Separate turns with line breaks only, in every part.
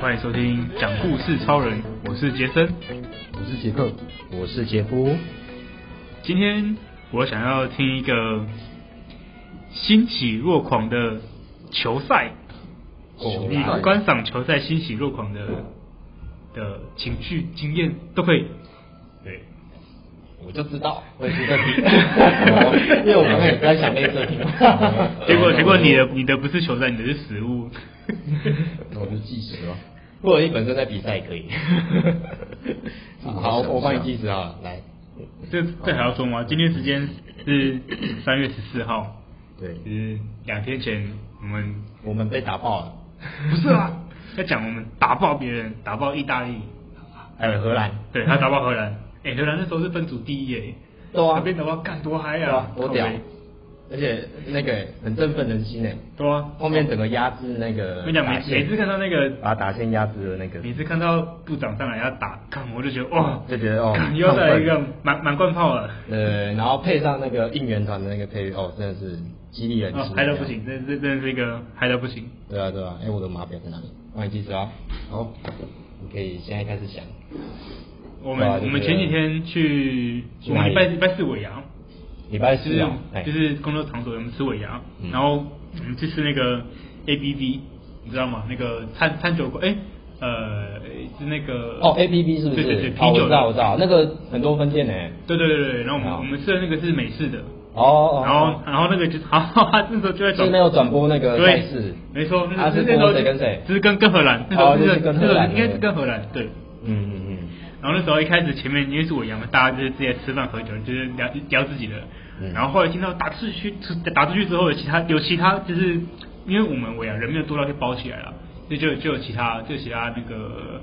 欢迎收听《讲故事超人》，我是杰森。
我是杰克，
我是杰夫，
今天我想要听一个欣喜若狂的球赛，
球
你
赛，
观赏球赛欣喜若狂的的情绪经验都可以。对，。
我就知道会是这题 因为我刚开始在想类似的题目
结果
对
结果你的你的不是球赛，你的是食物。
那我就计时了。
或者你本身在比赛也可 以。好，我帮你计时啊，来，
这这还要说吗？今天时间是三月十四号，
对，
就是两天前我们
我们被打爆了，
不是
啊
啦， 要讲我们打爆别人，打爆意大利，
还有荷兰，
对他打爆荷 兰。哎、荷兰那时候是分组第一耶，
对啊
那边打爆干多嗨
对
啊
啊，，多屌
靠北！
而且那个很振奋人心哎，
对啊，
后面整个压制那个
我
打
跟你讲，每每
线，
次看到那个，
把打线压制的那个，
每次看到部长上来要打，看我就觉得哇，
就觉得哦
干又要再来一个
亢奋
满满贯炮了，
呃，然后配上那个应援团的那个配乐，哦，真的是激励人
哦
心，，
嗨到不行，这这真的是一个嗨到不行。
对啊，对啊，哎、我的码表在哪里？忘记找。
好，
啊你可以现在开始想。
我
对
们
啊
我们
就是
前几天去，
去
我们礼拜
哪里
礼拜四尾牙，
礼拜
就
四
是
啊，哎
就是工作场所，我们吃尾牙，
嗯
然后我们去吃那个 A B V，你知道吗？那个餐餐酒馆，哎，呃，是那个
哦，A P P 是不是？
对对对，
哦
啤酒
我知道，
的，
我知道，那个很多分店呢。
对对对对，然后我们
好
我们吃的那个是美式的，
哦哦。哦
然后然后那个就是，好， 他那时候就在
就是那有转播那个赛
对
事，，
没错，
他
是
是
那时候
跟谁跟谁？
就是跟跟荷兰，那时候
哦就是
那
跟
那时
荷
候
兰
应该
对
是跟荷兰，对。
嗯嗯嗯。
然后那时候一开始前面因为是我养的，大家就是直接吃饭喝酒，就是聊聊自己的。
嗯
然后后来听到打出去，打出去之后有其他有其他就是因为我们我养人没有多到去包起来了，所以就就有其他就有其他那个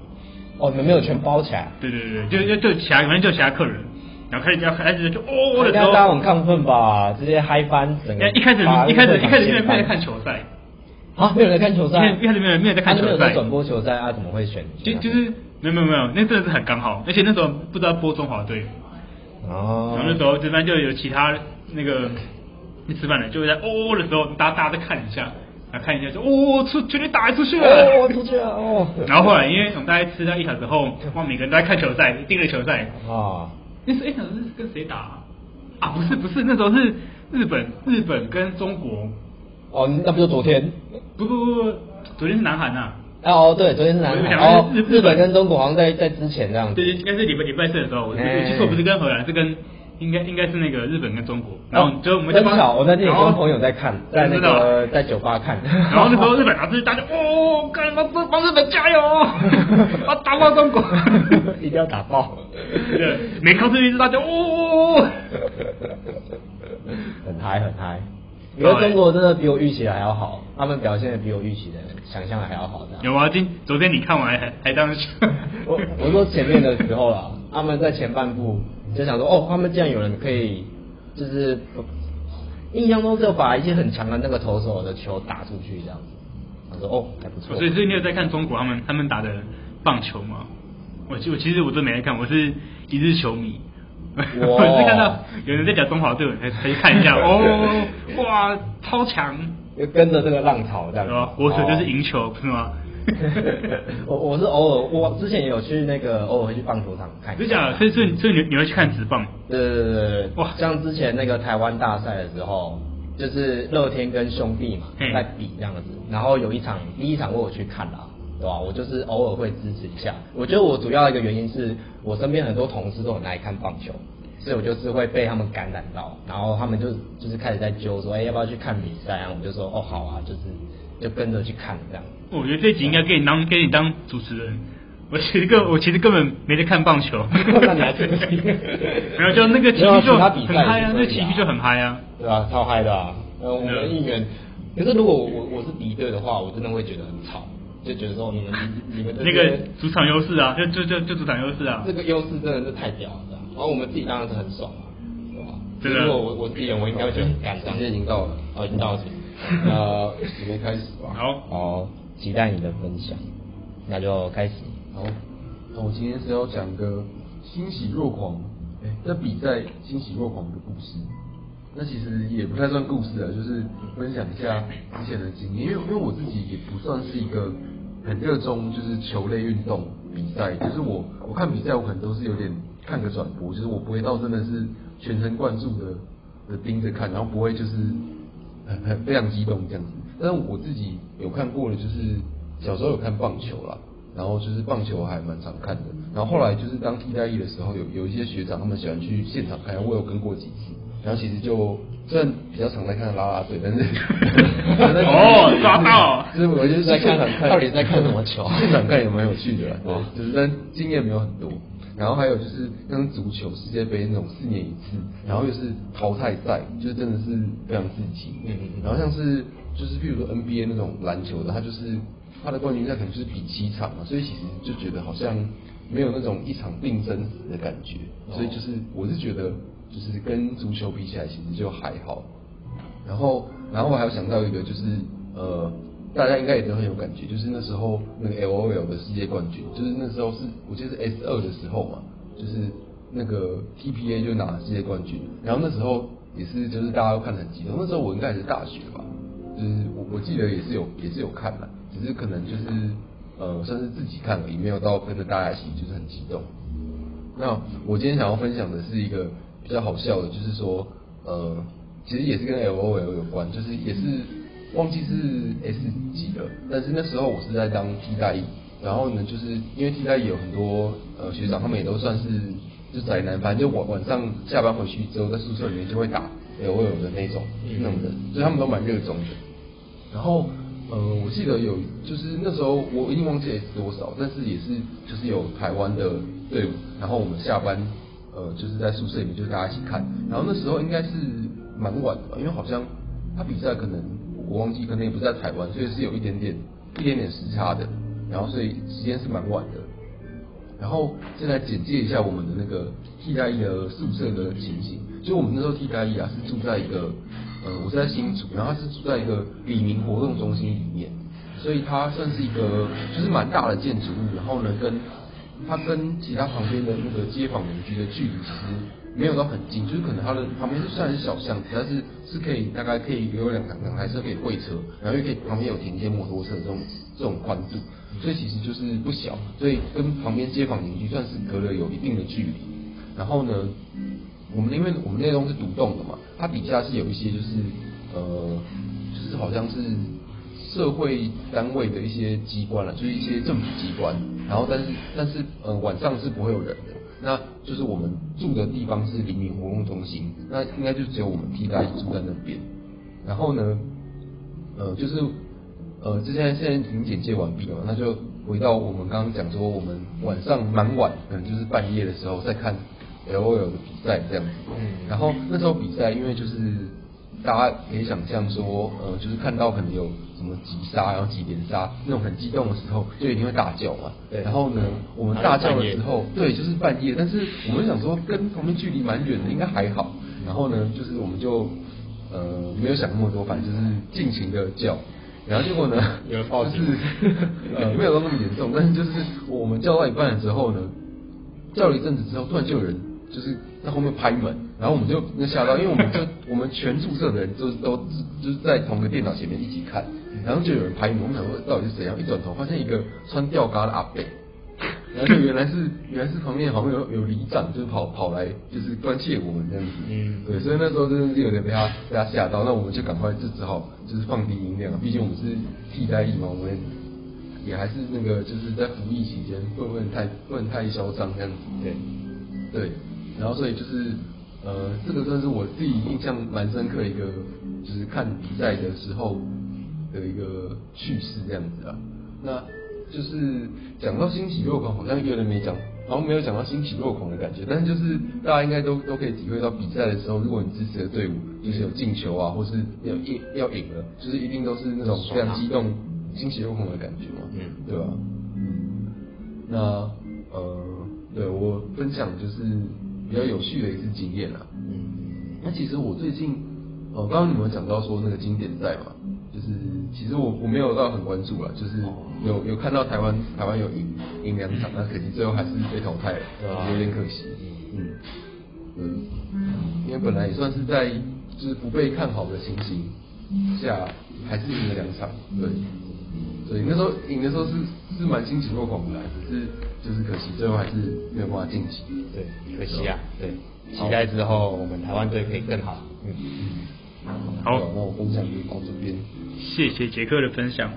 哦，你们没有全包起来。
对对对，对就就就有其他反正就有其他客人，然后开始要开始就哦我的时
应该大家
候
很，亢奋吧？直接嗨翻整个。
一开始
把
一开始
那个
一开始没有人
场
在
掀翻
看球赛，
啊，没有人在看球赛。
一开始没有人没有在看
啊你
球赛
没有在转播球赛啊，怎么会选？
就就是没有没有没有，那真的是很刚好，而且那时候不知道播中华队，
哦。
然后那时候这边就有其他那个去吃饭的，就在哦哦的时候，大家大家再看一下，然后看一下就哦出全力打出去了。
哦，出去了哦。
然后后来因为我们大概吃到一小时后，哇，每个人都在看球赛，盯着球赛。
啊，
那时候哎，小时是跟谁打啊？啊不是不是，那时候是日本日本跟中国，
哦，那不就昨天？
不不不不，昨天是南韩呐、啊
哦，对，昨天是南
我就
韩，
想
哦，
日
日本跟中国好像在在之前这样子
对，，应该是礼拜礼拜四的时候，我是、
哎
其实我不是跟荷兰，是跟应该应该是那个日本跟中国，然后就我们就
真
帮
哦巧，我那天也
然后
跟朋友在看，在那
真的哦
个在酒吧看，
然后那时候 日本拿出去，大家哦，干帮帮帮日本加油哦，把打爆中国。
一定要打爆，
对，每看出去大家哦哦，哦
很嗨很嗨。
对
因为中国真的比我预期的还要好，他们表现的比我预期的想象的还要好，这样。
有啊，今昨天你看完还还当时，
我我说前面的时候啊啦， 他们在前半部就想说，哦，他们竟然有人可以，就是印象中就把一些很强的那个投手的球打出去这样子，他说哦还不 错。
所以所以你有在看中国他们他们打的棒球吗？我其我其实我都没来看，我是一日球迷。 我
哇
是看到有人在讲中华队，我才才去看一下。 哦，哇，超强，
就跟着这个浪潮这样
对
子
吧？。我手就是赢球，不是吗？
哦 我我是偶尔，我之前也有去那个偶尔会去棒球场看一下。
真假的？所以所以所以你你会去看直棒？
对对对对对，
哇
像之前那个台湾大赛的时候，就是乐天跟兄弟嘛
嘿
在比这样子，然后有一场第一场我有去看啦，对吧、我就是偶尔会支持一下。我觉得我主要一个原因是我身边很多同事都很爱看棒球。所以我就是会被他们感染到，然后他们就就是开始在揪说，哎、要不要去看比赛啊？我们就说，哦，好啊，就是就跟着去看这样。
我觉得这集应该给你当给你当主持人。我其实根我其实根本没在看棒球，
那你还去不去
没有就那个情
没有
绪就
其他
很
比赛
嗨啊，
也是可
那
以啊
情绪就很嗨啊。
对啊，超嗨的啊！呃，我们的应援，可是如果我我是敌对的话，我真的会觉得很吵，就觉得说你们你你们这
那个
些
主场优势啊，就就就就主场优势啊
这。个优势真的是太屌了，然后我们自己当然是很爽啊，对吧？
真的
如果我我自己人，我应该会觉得很感伤。
时间已经到了，
哦，已经到了是不是，
那准备开始吧。
好，
好，期待你的分享，那就开始。
好，那我今天是要讲一个欣喜若狂，哎、那比赛欣喜若狂的故事。那其实也不太算故事啊，就是分享一下之前的经历，因为因为我自己也不算是一个很热衷就是球类运动比赛，就是我我看比赛我可能都是有点看个转播，就是我不会到真的是全神贯注的的盯着看，然后不会就是很很呃非常激动这样子。但是我自己有看过的，就是小时候有看棒球啦，然后就是棒球还蛮常看的。然后后来就是当替代役的时候，有有一些学长他们喜欢去现场看，我有跟过几次。然后其实就虽然比较常在看啦啦队，但是
哦抓到
就是我就是在现场看，
到底在看什么 球
哦现场看也蛮有趣的啦，对，
哦
就是但经验没有很多。然后还有就是像足球世界杯那种四年一次，然后又是淘汰赛，就是真的是非常刺激。
嗯嗯嗯
然后像是就是譬如说 NBA 那种篮球的，它就是它的冠军赛可能就是比七场嘛，所以其实就觉得好像没有那种一场定生死的感觉。所以就是我是觉得就是跟足球比起来，其实就还好。然后，然后我还有想到一个，就是呃，大家应该也都很有感觉，就是那时候那个 L O L 的世界冠军，就是那时候是我记得是 S 二的时候嘛，就是那个 T P A 就拿了世界冠军，然后那时候也是就是大家都看得很激动，那时候我应该也是大学吧，就是我我记得也是有也是有看的，只是可能就是呃算是自己看而已，没有到跟着大家一起就是很激动。那我今天想要分享的是一个比较好笑的，就是说，呃，其实也是跟 L O L 有关，就是也是忘记是 S 级了，但是那时候我是在当替代役，然后呢，就是因为替代役有很多呃学长，他们也都算是就宅男，反正就晚晚上下班回去之后，在宿舍里面就会打 L O L 的那种那种人，所以他们都蛮热衷的。然后，呃，我记得有，就是那时候我已经忘记 S 多少，但是也是就是有台湾的队伍，然后我们下班，呃，就是在宿舍里面就大家一起看，然后那时候应该是蛮晚的吧，因为好像他比赛可能我忘记，可能也不是在台湾，所以是有一点点一点点时差的，然后所以时间是蛮晚的。然后先来简介一下我们的那个替代役的宿舍的情形。就我们那时候替代役啊，是住在一个，呃，我是在新竹，然后它是住在一个李明活动中心里面，所以它算是一个就是蛮大的建筑物。然后呢，跟它跟其他旁边的那个街坊邻居的距离其实没有到很近，就是可能它的旁边是虽然是小巷子，但是是可以大概可以有两两两台车可以会车，然后又可以旁边有停一些摩托车这种这种宽度，所以其实就是不小，所以跟旁边街坊邻居算是隔了有一定的距离。然后呢，我们因为我们那栋是独栋的嘛，它底下是有一些就是呃，就是好像是社会单位的一些机关了，就是一些政府机关。然后但是但是呃晚上是不会有人的，那就是我们住的地方是黎明活动中心，那应该就只有我们替代住在那边。然后呢，呃，就是呃，就现在现在已经简介完毕了嘛，那就回到我们刚刚讲说，我们晚上蛮晚，可能就是半夜的时候在看 L O L 的比赛这样子。
嗯
然后那时候比赛，因为就是大家可以想象说，呃，就是看到可能有什么急杀，然后几连杀那种很激动的时候，就一定会大叫嘛。
对
然后呢，我们大叫的时候，对，就是半夜，但是我们想说跟旁边距离蛮远的，应该还好。然后呢，就是我们就呃没有想那么多，反正就是尽情的叫。然后结果呢，
有人报警
就是呃没有到那么严重，但是就是我们叫到一半的时候呢，叫了一阵子之后，突然就有人就是在后面拍门，然后我们就那吓到，因为我们就我们全宿舍的人就是都就是在同一个电脑前面一起看，然后就有人拍门，我们想说到底是怎样，一转头发现一个穿吊嘎的阿伯。然后就原来是原来是旁边好像有有里长，就是跑跑来就是关切我们这样子，
嗯
对，所以那时候真的是有点被他被他吓到，那我们就赶快就只好就是放低音量，毕竟我们是替代役嘛，我们也还是那个就是在服役期间，不能太不能太嚣张这样子，
对，
对，然后所以就是呃，这个算是我自己印象蛮深刻的一个，就是看比赛的时候的一个趣事这样子啊。那就是讲到兴起若狂，好像有点没讲，好像没有讲到兴起若狂的感觉，但是就是大家应该都都可以体会到，比赛的时候，如果你支持的队伍就是有进球啊，或是要赢要赢了，就是一定都是那种非常激动、兴起若狂的感觉嘛，
嗯
对吧、那呃，对我分享就是比较有趣的一次经验啦。
嗯，
那其实我最近，呃，刚刚你们讲到说那个经典赛嘛，就是其实我我没有到很关注啦，就是
哦
有有看到台湾台湾有赢赢两场，那可惜最后还是被淘汰了，
嗯对啊嗯
有点可惜。嗯，对，因为本来也算是在就是不被看好的情形下，还是赢了两场，对。所以那时候赢的时候是是蛮欣喜若狂的啦，只是就是可惜最后还是没有办法晋级。
对，可惜啊，对，期待之后我们台湾队可以更好。嗯，
好
那我分享就到这边。
谢谢杰克的分享。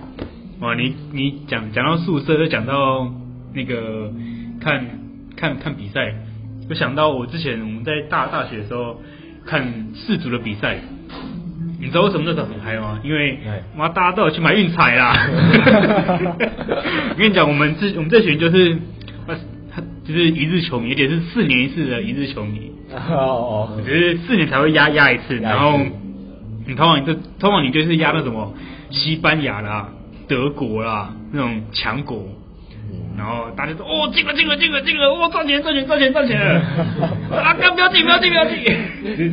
哇，你你讲讲到宿舍，又讲到那个看看看比赛，我想到我之前我们在大大学的时候看世足的比赛。你知道为什么那时候很嗨吗？因为
哎
妈大家都有去买运彩啦。我跟你讲，我们这我们这群就是，呃就是一日球迷，而且是四年一次的一日球迷。
哦
我觉得四年才会压压一次，
压一次
然后你通常你就通常你就是压那什么西班牙啦、德国啦那种强国，然后大家说哦进了进了进了进了，哦赚钱赚钱赚钱赚 钱了，啊干不要进不要进不要进，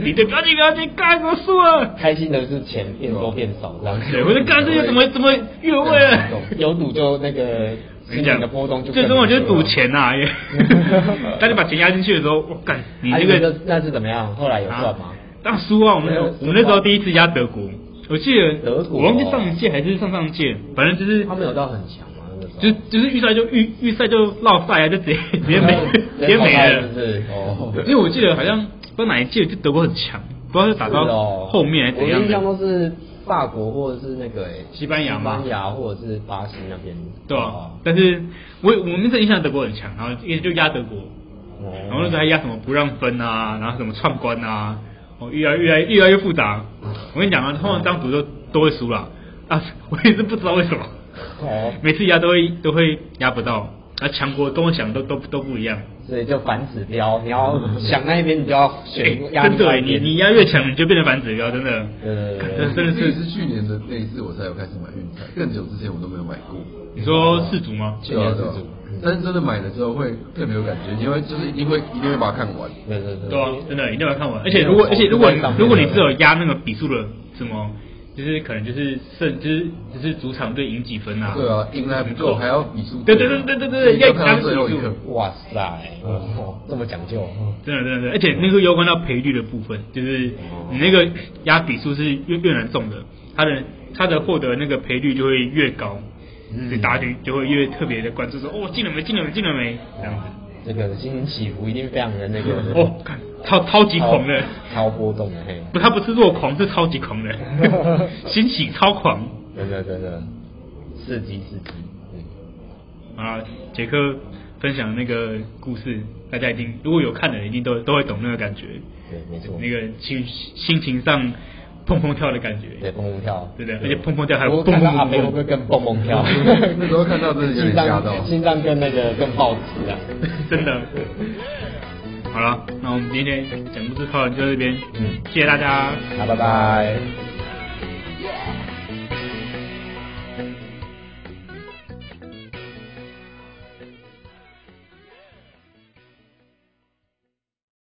你对不要进不要进，干什么输了？
开心的是钱变多变少这样。
对，我就干这个怎么怎么越位了？
有赌就那个
我跟你
心情
讲
的波动就
最
更
终我就是
明显
赌
了。
钱呐、也 大家把钱压进去的时候，我干你
啊
这
你
个
这个那是怎么样？后来有赚吗？？
啊当然输啊！我们
没有
我们那时候第一次压德国，我记得
德国
我
啊
忘记上一届还是上上届，反正就是
他们有到很强吗？那个时候
就就是预赛就预预赛就落赛啊，就直 接直接没
哦
直接没
是不
了。
是？哦。
因为我记得好像不知道哪一届就德国很强，不知道是打
是
到
哦
后面还是怎
我
样
印象
的。
中是法国或者是那个欸
西班牙
西
吗
班牙或者是巴西那边。
对啊
哦，
但是我我们那时候印象德国很强，然后一直就压德国，然后那时候还压什么不让分啊，然后什么串关啊，哦，越来越来越来越复杂。我跟你讲啊，通常当主都都会输啦，啊， 我也是不知道为什么，
哦，
每次压都会都会压不到，啊，强国跟我想的都都都不一样。
所以就反指标，你要想那一边，你就要选压
哎真
另
的，
外一
你
边。
你压越强，你就变成反指标，真的。
对对对对
真真的
呃这也
是，
是去年的那一次我才有开始买运彩，更久之前我都没有买过。
你说氏族吗？
去年
对啊
是主
对啊但是真的买了之后会特别有感觉，你会就是一定会一定会把它看完。
对对对
对啊，真的一定要看完。而且如果而且如果你如果你只有压那个比数的什么，就是可能就是胜，就是就是主场队赢几分啊？
对啊，赢了还不够，还要比数。
对对对对对对，
要
要
看到
压
最后一刻。
哇塞，
嗯
哦，这么讲究，
真的真啊的真的，而且那个攸关到赔率的部分，就是你那个压比数是越越难中的，他的他的获得那个赔率就会越高，
嗯
所以大家就就会越特别的关注说，哦进了没进了没进了没这样子，
这个心情起伏一定非常的那个。
哦，看超超级狂的，
超波动的，嘿，
不他不是弱狂是超级狂的， 兴起超狂
真的真的，刺激刺激，嗯，
啊！杰克分享那个故事，大家一定如果有看的人一定都都会懂那个感觉，
对，没错，
那个心心情上砰砰跳的感觉，
对蹦蹦跳，
对不对？而且砰砰跳还有
我
砰砰
看到阿
砰
飞会不会
砰砰，
更蹦蹦跳？
那时候看到真的有
心
点吓到
脏。心脏跟那个跟报纸啊，
真的。好了，那我们今天讲故事靠就到这边，
嗯
谢谢大家。
好，拜拜。